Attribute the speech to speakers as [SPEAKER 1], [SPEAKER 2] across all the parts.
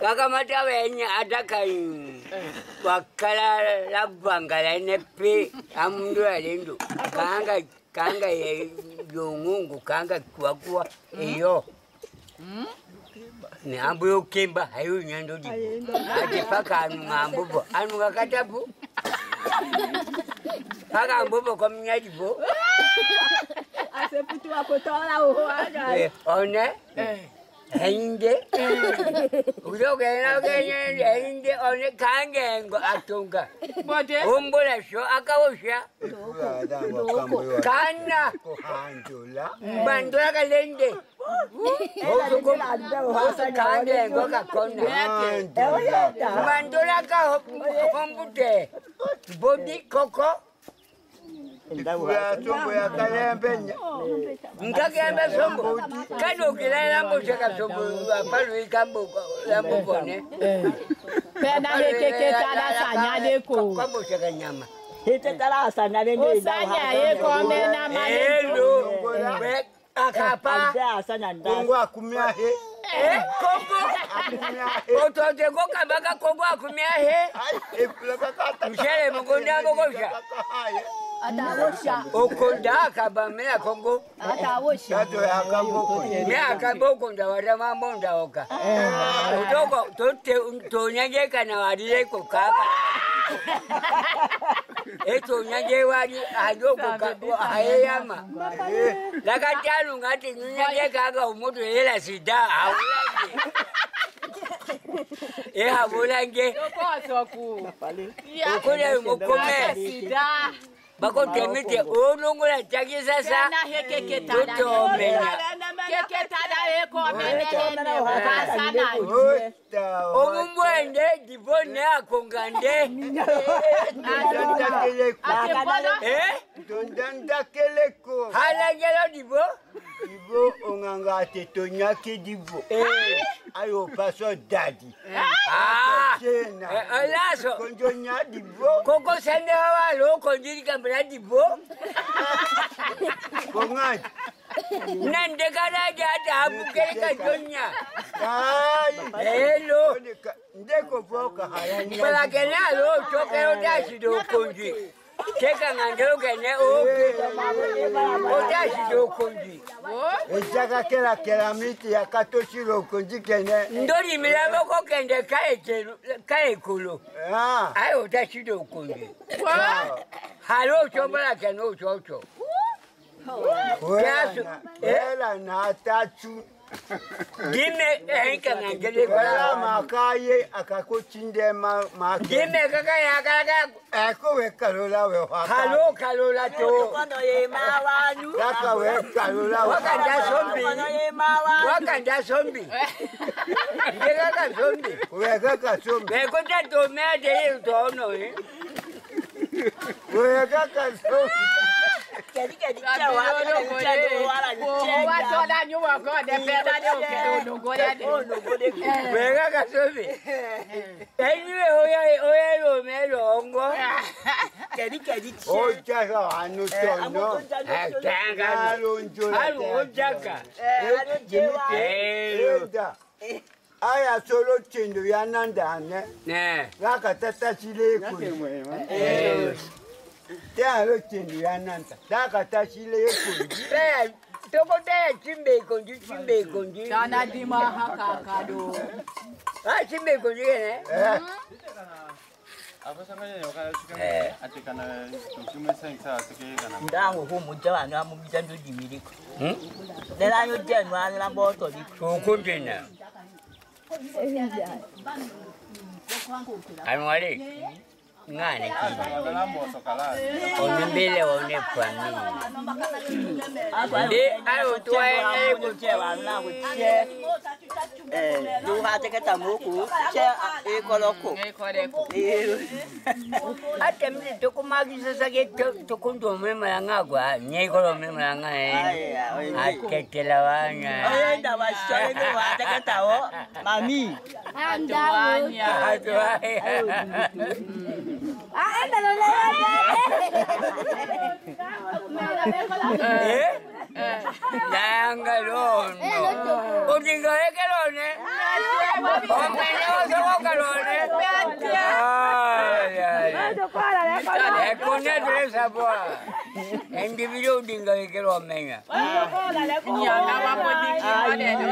[SPEAKER 1] kakamata venye atakanyi wakala la banga la nepe amundu alendo kanga kanga ye yongungu kanga kuwakuwa iyo ni ambu yokemba hayo nyando di ati paka anunga ambubo anunga katabu paka ambubo kwa mnyaji bo
[SPEAKER 2] asefuti wakotola uhoaga
[SPEAKER 1] Eh, one hende uzogenda ugenye hende one kangengo atunga
[SPEAKER 3] Bode.
[SPEAKER 1] umbula sho akawusha kana
[SPEAKER 4] kuhandula
[SPEAKER 1] Eh. bandura kalende Eh, kangengo kakona bandura ka hombute bodi koko
[SPEAKER 4] yatombo yakalembenya
[SPEAKER 1] nkagembe sombo kadokila lambusa kasombo apaloi kambo lambo kone
[SPEAKER 3] pena hekeketala sanyaleko
[SPEAKER 1] kambusa kanyama
[SPEAKER 5] hitetarasanya
[SPEAKER 3] osanya yekomena male
[SPEAKER 1] Hello. Wek Eh,
[SPEAKER 5] Eh,
[SPEAKER 1] akapa.
[SPEAKER 5] asanya
[SPEAKER 4] kongo akumiahe
[SPEAKER 1] Eh, Kongo. Otote koka baka Kongo akumia he. Mshele mkonda mkosha.
[SPEAKER 2] atawosha
[SPEAKER 1] Okonda akaba mea Kongo.
[SPEAKER 2] atawosha
[SPEAKER 4] yato yakaboko
[SPEAKER 1] Mea akaba okonda watama monda oka. Otoko tote tonyangeka na wadile kokaka. Eto nyange wali ajoko ka ayeyama. Lakatalo ngati nyinyangeka aka umuntu yela sida awulange. Eh, ehawulange
[SPEAKER 3] yokosoku
[SPEAKER 1] ukule mukome
[SPEAKER 3] sida
[SPEAKER 1] bakotemite ulungula taki sasa
[SPEAKER 3] pena hekeketala
[SPEAKER 1] tutomenya
[SPEAKER 3] keketala yekomenelene kasana
[SPEAKER 1] omumbwende dibone akongande
[SPEAKER 3] atembolo
[SPEAKER 1] Eh?
[SPEAKER 4] tondandakeleko
[SPEAKER 1] halangelo dibo
[SPEAKER 4] ibo onganga ate tonyaki dibo ayo paso dadi
[SPEAKER 1] Ah,
[SPEAKER 4] Tena.
[SPEAKER 1] eh, eh, laso
[SPEAKER 4] konjo nya dibo
[SPEAKER 1] koko sende wawalo okondirikambira dibo
[SPEAKER 4] kongati
[SPEAKER 1] nandekanaja ati abukeleka jonya
[SPEAKER 4] ai
[SPEAKER 1] elo
[SPEAKER 4] Ondeka- ndeko voka hayanya
[SPEAKER 1] palakenalo ocokela odashide okonji tekang'andelokene oke odashide okonji
[SPEAKER 4] ezakakelakela miti yakatoshiloko njikene
[SPEAKER 1] ndolimila bokokende kaekolo
[SPEAKER 4] Ah,
[SPEAKER 1] aye odashide okonji hale ocobalakene ococo
[SPEAKER 4] wela na- wela natatu
[SPEAKER 1] dime
[SPEAKER 4] wela
[SPEAKER 1] enkang'angelekala
[SPEAKER 4] makaye akakochindema make
[SPEAKER 1] dime kakayakaka
[SPEAKER 4] ekowekalola
[SPEAKER 1] hale
[SPEAKER 4] wehaka
[SPEAKER 1] okalola to
[SPEAKER 4] kaka wekalola
[SPEAKER 1] wakanda zombi wakanda zombi ndekaka zombi
[SPEAKER 4] wekaka sombi
[SPEAKER 1] Mekuta tumea dei tono eh.
[SPEAKER 4] wekaka sombi
[SPEAKER 1] Oh,
[SPEAKER 3] watola nyuwakode pena neokeologorede
[SPEAKER 1] Wega kasobi. Enyiwe oya oya lo melo ongo.
[SPEAKER 4] Oh, ojaga wanu tono
[SPEAKER 1] Eh, Atanga. Halu
[SPEAKER 4] alonjolaa
[SPEAKER 1] ojaka.
[SPEAKER 5] Eh,
[SPEAKER 1] Eh. Elo.
[SPEAKER 4] Eda. Aya solo tindo ya nandane.
[SPEAKER 1] Ne.
[SPEAKER 4] Raka tata chile kuli.
[SPEAKER 1] Elo.
[SPEAKER 4] Tia lo tindo ya nanda. Raka tata chile kuli.
[SPEAKER 1] Bea tokotea chimbe konji chimbe konji.
[SPEAKER 3] kana dimahakakado
[SPEAKER 1] Ah chimbe konji ne.
[SPEAKER 4] Eh,
[SPEAKER 1] Eh,
[SPEAKER 5] ndango humudza vanhu vamubita ndodimiriko neranyotenhwana rambotoriko
[SPEAKER 1] Ukundina. Anwali. Ngane ki. Onembele one family. Ndi ayo tuwaeneye
[SPEAKER 5] kuche vanhu nangu che ndiukateketa mhuku che ikoloko
[SPEAKER 1] Ate mimi tukumaki sasa ke tukundo mema yanga kwa nyeko lo mema yanga eh. Atetela eh. wana.
[SPEAKER 5] oenda vasitore ndiukateketawo mami
[SPEAKER 3] anya
[SPEAKER 1] Atwa.
[SPEAKER 2] aenda lolele
[SPEAKER 1] Eh? Yanga lono. Udinga eke lone. Opeñado se boca los de. Ay, ay, ay. Ekone dresa boa. Individual dinga ikero amenga.
[SPEAKER 3] Nyanga wa bodiki mode do.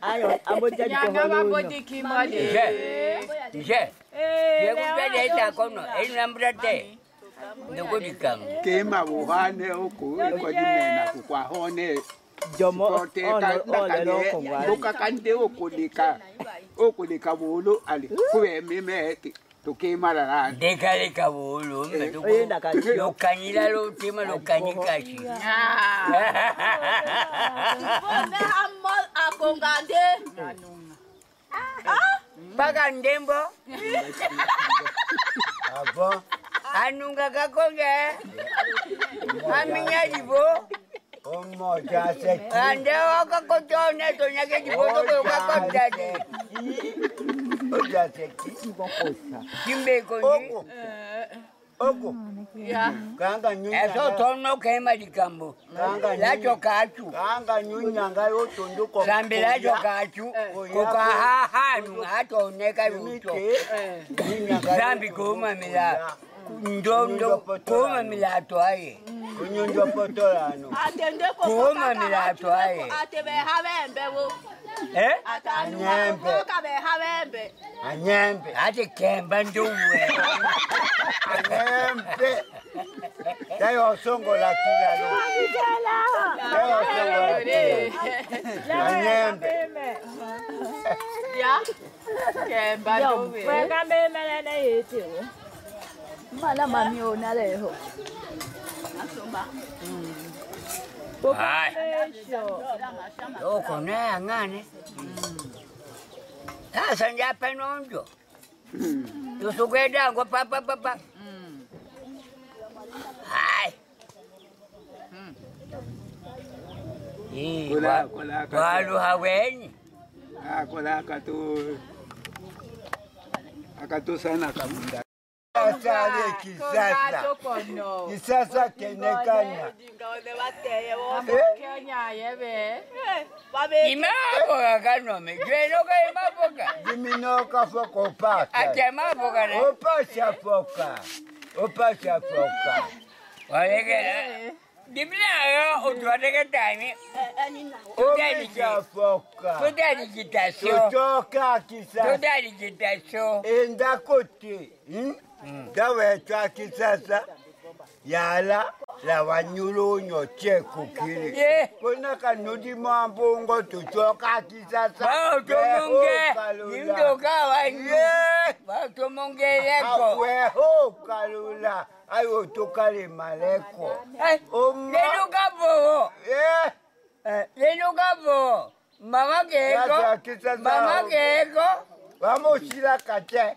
[SPEAKER 5] Ayo, abotja di
[SPEAKER 3] Nyanga wa
[SPEAKER 5] koholo.
[SPEAKER 3] bodiki mode.
[SPEAKER 1] Je. Je. Je kupede ita kono. Eli nambra te. Nuko dikamu.
[SPEAKER 4] ke mabohane oku ekodimena kukwahone
[SPEAKER 5] Jọmọ
[SPEAKER 4] koteka
[SPEAKER 5] ọlẹ lọkọ wa.
[SPEAKER 4] ndakane bokakande okoleka okoleka bolo ali kubemimete tokemararane
[SPEAKER 1] Deka deka bolo.
[SPEAKER 5] Oye ndakati.
[SPEAKER 1] Lo cañila lo tema lo cañicachi. Paga ndembo.
[SPEAKER 4] abo
[SPEAKER 1] Anunga kakonge. Aminya jibo.
[SPEAKER 4] omoja seki
[SPEAKER 1] Ande wakakotone tonyake jibo toko kakotane.
[SPEAKER 4] oja seki
[SPEAKER 1] Kimbe konji.
[SPEAKER 4] oku oku kanga
[SPEAKER 1] Eh. Eso
[SPEAKER 4] nyunya
[SPEAKER 1] tono kema dikambo.
[SPEAKER 4] Nanga
[SPEAKER 1] Lacho kachu.
[SPEAKER 4] kanga nyunya ngayo tonduko
[SPEAKER 1] Zambi lacho kachu. Kuka ha ha nungato neka yucho. Zambi kuma mila. Ndondo kuma mila toaye.
[SPEAKER 4] kunyunjwa potolano
[SPEAKER 1] Kuma mila toaye. Eh?
[SPEAKER 4] anyembe
[SPEAKER 1] Ate kemba nduwe.
[SPEAKER 4] anyembe tayosongola kilalo tayosongola kilalo anyembe
[SPEAKER 3] Ya. Kemba do we.
[SPEAKER 2] Mala mami ona le ho.
[SPEAKER 1] Hai. Loko ne angane. Hmm. Sasa njape nonjo.
[SPEAKER 4] Hmm,
[SPEAKER 1] Tusugeda ngo papa papa. Hmm. Hai. Hmm.
[SPEAKER 4] Kula- kula- kula.
[SPEAKER 1] Walu hawenyi.
[SPEAKER 4] akola akatu akatusana kamunda
[SPEAKER 3] Kongato
[SPEAKER 4] kisasa
[SPEAKER 3] kono.
[SPEAKER 4] kisasa kenekana Eh,
[SPEAKER 3] Kenya yebe.
[SPEAKER 1] Imapo kakano me. Jwelo ka imapoka.
[SPEAKER 4] jiminoka foko paka
[SPEAKER 1] Ate mapoka ne.
[SPEAKER 4] opasha foka opasha foka
[SPEAKER 1] Waleke. eh? Dibina yo utwadeke tani.
[SPEAKER 4] opasha foka
[SPEAKER 1] Tuda digitasyon.
[SPEAKER 4] totoka kisasa
[SPEAKER 1] Tuda digitasyon.
[SPEAKER 4] endakote dawetwa kisasa yala lawanyulunyo chekukili
[SPEAKER 1] Ye.
[SPEAKER 4] kona kanudi mwambungo tutoka kisasa
[SPEAKER 1] Bautomonge.
[SPEAKER 4] wehokalula
[SPEAKER 1] Nimdoka wanyu.
[SPEAKER 4] Ye.
[SPEAKER 1] Bautomonge leko.
[SPEAKER 4] wehokalula ayo tukalimaleko
[SPEAKER 1] Eh,
[SPEAKER 4] Oma.
[SPEAKER 1] Lenuka bobo.
[SPEAKER 4] Eh,
[SPEAKER 1] Lenuka bobo. Mama keko.
[SPEAKER 4] Yaja kisasa.
[SPEAKER 1] Mama keko.
[SPEAKER 4] vamusila kate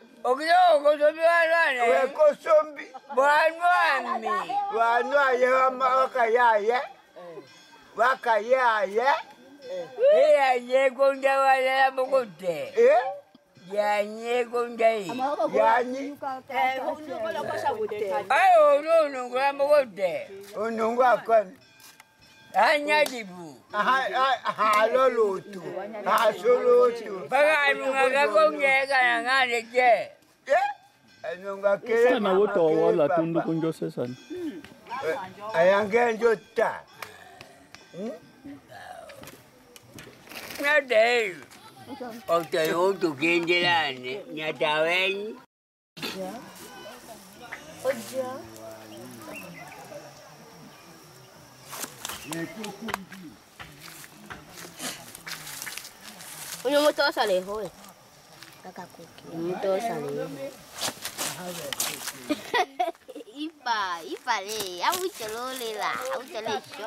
[SPEAKER 1] òkìlẹ̀ òkò sóbì wà lọ́rẹ̀.
[SPEAKER 4] wekosombi
[SPEAKER 1] Bọ́ọ̀nù àmì.
[SPEAKER 4] wanu aye wakaye aye wakaye aye
[SPEAKER 1] Ìyá yẹ kóńjẹ́ wà lẹ́yà bókò tẹ̀.
[SPEAKER 4] e
[SPEAKER 1] Ìyá yẹ kóńjẹ́ yìí.
[SPEAKER 4] yani
[SPEAKER 1] Báyọ̀ olóòlù kúrẹ́ bókò tẹ̀.
[SPEAKER 4] onungu akoni
[SPEAKER 1] Ányá dìbò.
[SPEAKER 4] halolotu hasolotu
[SPEAKER 1] Bákà àlùkàkà kóńjẹ́ kàràngà lè jẹ́.
[SPEAKER 4] enunga kele
[SPEAKER 6] sana wotowo la tundukunjo sesani
[SPEAKER 4] ayangenjo Eh, ta
[SPEAKER 1] Ná tẹ̀ ẹ̀. Ọ̀tẹ̀ yóò tó kéńjẹ́ láàrin. Nyàtà wẹ́yìn.
[SPEAKER 7] Unyo motosa le hoe. Kaka kuki. Motosa le. Ipa, ipa le. Au cholo le la. Au cholo sho.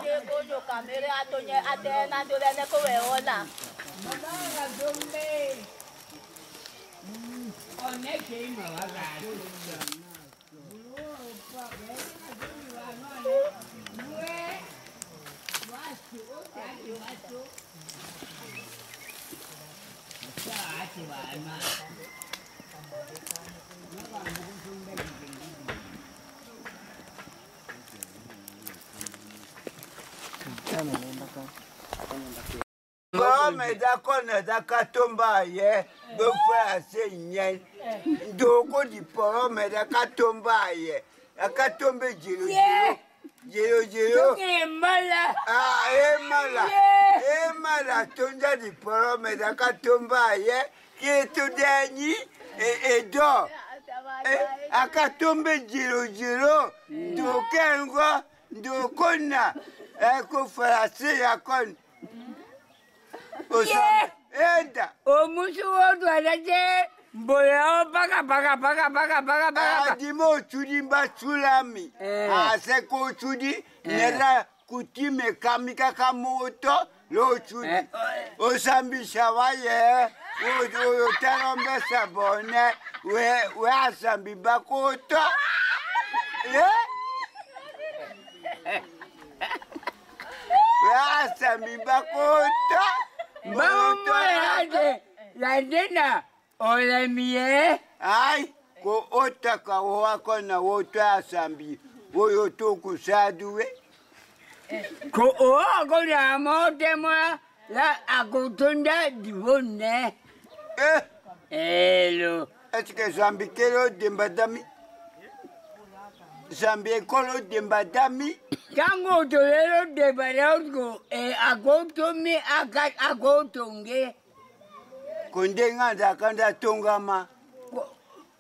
[SPEAKER 4] ezakɔnɔ ezakatomba ayɛ gbɛfɛ ase nyɛ doko di pɔrɔ mɛ ezakatomba ayɛ ezakatombe dzelo dzelo dzelo dzelo ah Eh, emala emala tonza di pɔrɔ mɛ ezakatomba ayɛ kí eto de anyi edɔ Eh, akatombe dzelo dzelo doke ŋgɔ doko na ɛkò fɛrɛsɛ yakɔni. Osama. Eda.
[SPEAKER 1] omusu wodu ɛdɛdɛ mboyawo baka baka baka baka baka baka
[SPEAKER 4] Adima ochudi mba tsulami.
[SPEAKER 1] Eh.
[SPEAKER 4] Ase ko ochudi nela kutime kamika kamoto lo ochudi. Osambi shawaye. Oyo tarombe sabone. We we asambi bakoto. Eh? We asambi bakoto.
[SPEAKER 1] bambo yade ladena olemiye
[SPEAKER 4] ai ko otaka owako na woto asambi oyo tokusaduwe
[SPEAKER 1] ko ooko naamo temoya la akutunda dibonne
[SPEAKER 4] Eh,
[SPEAKER 1] elo
[SPEAKER 4] eske zambi kele odemba dami zambi ekole odemba dami
[SPEAKER 1] tango otolelo debarauko akotomi akotonge
[SPEAKER 4] konde nga nzaka ndatongama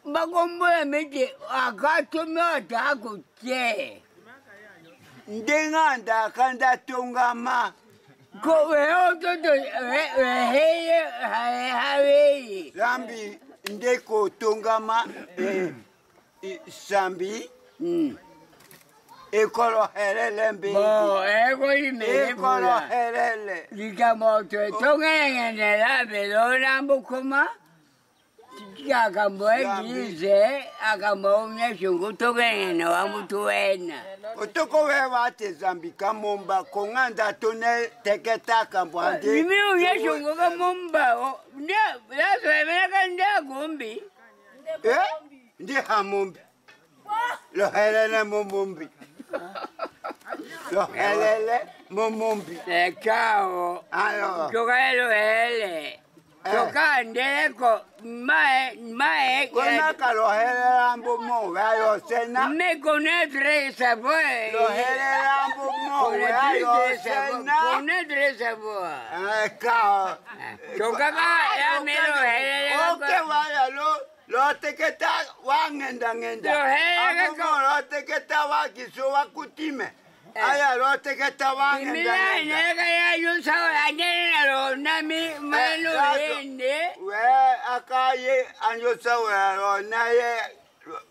[SPEAKER 1] bakomboya mete akatomi atakote
[SPEAKER 4] nde nga ndaka ndatongama
[SPEAKER 1] Ko veo toto veheye haveye.
[SPEAKER 4] zambi nde kotongama eh, eh, zambi
[SPEAKER 1] Hmm.
[SPEAKER 4] ekolo helele mbe
[SPEAKER 1] Bo ego li mele
[SPEAKER 4] ekolo
[SPEAKER 1] kula.
[SPEAKER 4] helele
[SPEAKER 1] Lika moto etonga ngene la belona mbukuma. Tika akambo egize akambo umye shungu toga ngene wa mutu wena.
[SPEAKER 4] otoko wɛ b'a tɛ zambi ka mɔn ba ko n ka n ta to ne tɛgɛ t'a kan bɔ an tɛ.
[SPEAKER 1] Yimi umye shungu ka mumba. o- Ne, la soya mele ka nda gumbi.
[SPEAKER 3] Eh?
[SPEAKER 4] ɛ n tɛ Eh? ha mɔn bi lɔhɛlɛlɛ mɔn mɔn bi lɔhɛlɛlɛ mɔn mɔn bi
[SPEAKER 1] Ekao.
[SPEAKER 4] alɔ
[SPEAKER 1] Toga elo ele. Toka ndeleko. Mae, mae. eh,
[SPEAKER 4] ko n'a ka lɔhɛlɛlɛ an bɔ mɔ o y'a yɔ sɛ na
[SPEAKER 1] Me connaître sa voix.
[SPEAKER 4] lɔhɛlɛlɛ an bɔ mɔ o y'a yɔ sɛ na
[SPEAKER 1] Connaître sa voix.
[SPEAKER 4] ɛ Eh, ka.
[SPEAKER 1] Tokaka ya eh, me
[SPEAKER 4] o kɛ
[SPEAKER 1] lojere.
[SPEAKER 4] wa yà ló lɔtɛgɛ t'a wa ŋɛndɛŋɛndɛ.
[SPEAKER 1] Lojere
[SPEAKER 4] Agogo lɔtɛkɛta wa kiso wa kuti mɛ.
[SPEAKER 1] Eh.
[SPEAKER 4] Aya lɔtɛkɛta wa ŋɛnda
[SPEAKER 1] Mira
[SPEAKER 4] ŋɛnda.
[SPEAKER 1] nega eh, ya yo sao la nena eh, lo nami malo
[SPEAKER 4] Eh, eh,
[SPEAKER 1] rende.
[SPEAKER 4] Wɛ a ka ye an yo sawura lɔ n'a ye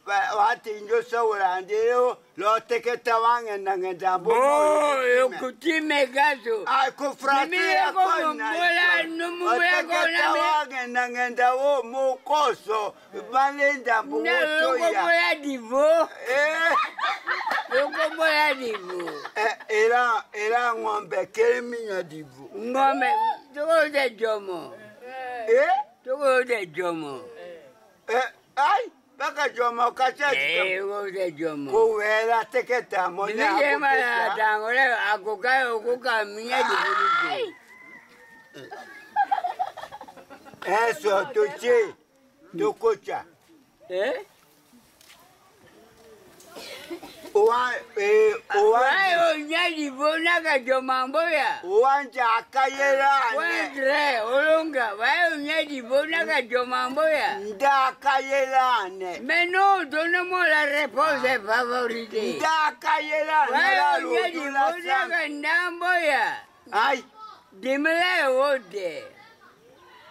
[SPEAKER 4] wa ti n yo sawura an de ye o lɔtɛkɛta wa ŋɛnda ŋɛnda.
[SPEAKER 1] Bo Ah, yo kuti me gaso.
[SPEAKER 4] A ko
[SPEAKER 1] Mi
[SPEAKER 4] Faransi
[SPEAKER 1] mira
[SPEAKER 4] a
[SPEAKER 1] como
[SPEAKER 4] ko na.
[SPEAKER 1] bola, no me voy a
[SPEAKER 4] Lɔtɛkɛta
[SPEAKER 1] colar,
[SPEAKER 4] wa ŋɛnda ŋɛnda o mo kɔ sɔ. Balen
[SPEAKER 1] No
[SPEAKER 4] dabu
[SPEAKER 1] yo
[SPEAKER 4] wo to
[SPEAKER 1] como
[SPEAKER 4] ya. Eh,
[SPEAKER 1] la divo.
[SPEAKER 4] Ee.
[SPEAKER 1] Yo como la divo.
[SPEAKER 4] Ɛ, eh, Era era ŋɔnbɛ kelen min ya dibu.
[SPEAKER 1] Ngome, togo de jomo.
[SPEAKER 4] Ee.
[SPEAKER 1] Togo de jomo.
[SPEAKER 4] Eh, ai baka joma ka
[SPEAKER 1] Eh,
[SPEAKER 4] chati
[SPEAKER 1] togo de jomo.
[SPEAKER 4] ko wera teketa mo
[SPEAKER 1] Ni
[SPEAKER 4] ne
[SPEAKER 1] je mara
[SPEAKER 4] abuja
[SPEAKER 1] tango le akoka okoka minya
[SPEAKER 4] Ah.
[SPEAKER 1] jibulu.
[SPEAKER 4] eso to che to kocha
[SPEAKER 1] Eh?
[SPEAKER 4] owa eh owa
[SPEAKER 1] Wayo nyaji bona kajo mamboya.
[SPEAKER 4] owanja akayera ane
[SPEAKER 1] Wedre olonga wayo nyaji bona kajo mamboya.
[SPEAKER 4] nda akayera ane
[SPEAKER 1] Meno dono mo la repose favorite.
[SPEAKER 4] Ah. nda akayera ane la
[SPEAKER 1] Wayo nyaji
[SPEAKER 4] lodu la
[SPEAKER 1] bona
[SPEAKER 4] sang
[SPEAKER 1] kanda mboya.
[SPEAKER 4] ai
[SPEAKER 1] Dimle wode.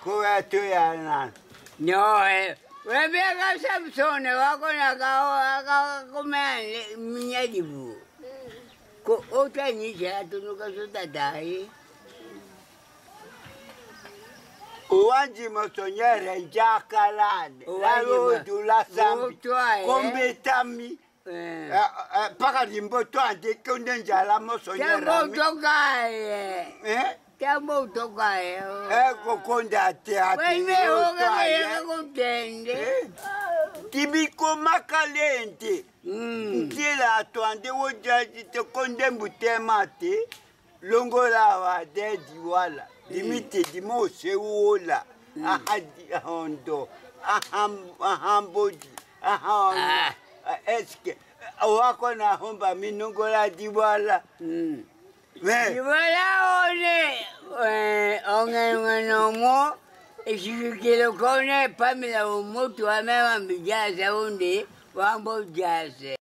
[SPEAKER 4] ko wa to ya na
[SPEAKER 1] No eh. Webia ka Samsone wako na kao kao kumea minya jibu. Ko ota nyisha atunuka sutadai.
[SPEAKER 4] owanji mo so nyere nja akala ane la
[SPEAKER 1] Owanji mo-
[SPEAKER 4] lodu la sang
[SPEAKER 1] Otwa, eh.
[SPEAKER 4] kombetami
[SPEAKER 1] Eh.
[SPEAKER 4] paka limboto ande konde njala mo so nyera
[SPEAKER 1] Tembo
[SPEAKER 4] mi
[SPEAKER 1] tokaye.
[SPEAKER 4] Eh?
[SPEAKER 1] Tembo tokaye.
[SPEAKER 4] Eh, kokonde ate eh? ate
[SPEAKER 1] Wewe
[SPEAKER 4] yo
[SPEAKER 1] hoga
[SPEAKER 4] to
[SPEAKER 1] yaka
[SPEAKER 4] aye.
[SPEAKER 1] kutende.
[SPEAKER 4] Eh? tibiko makalente ntila ato ande wojaji te konde mbutema te longola wa dedi wala limited Ah, mo sewoola ahahondo ah, ahambodi aha Ah, eske owakona homba minongola diwala me
[SPEAKER 1] Voilà, on est. Euh, on est un homme. Et celui qui le connaît pas, mais là, au mot, toi-même, en bijaz, on est. On est en bijaz.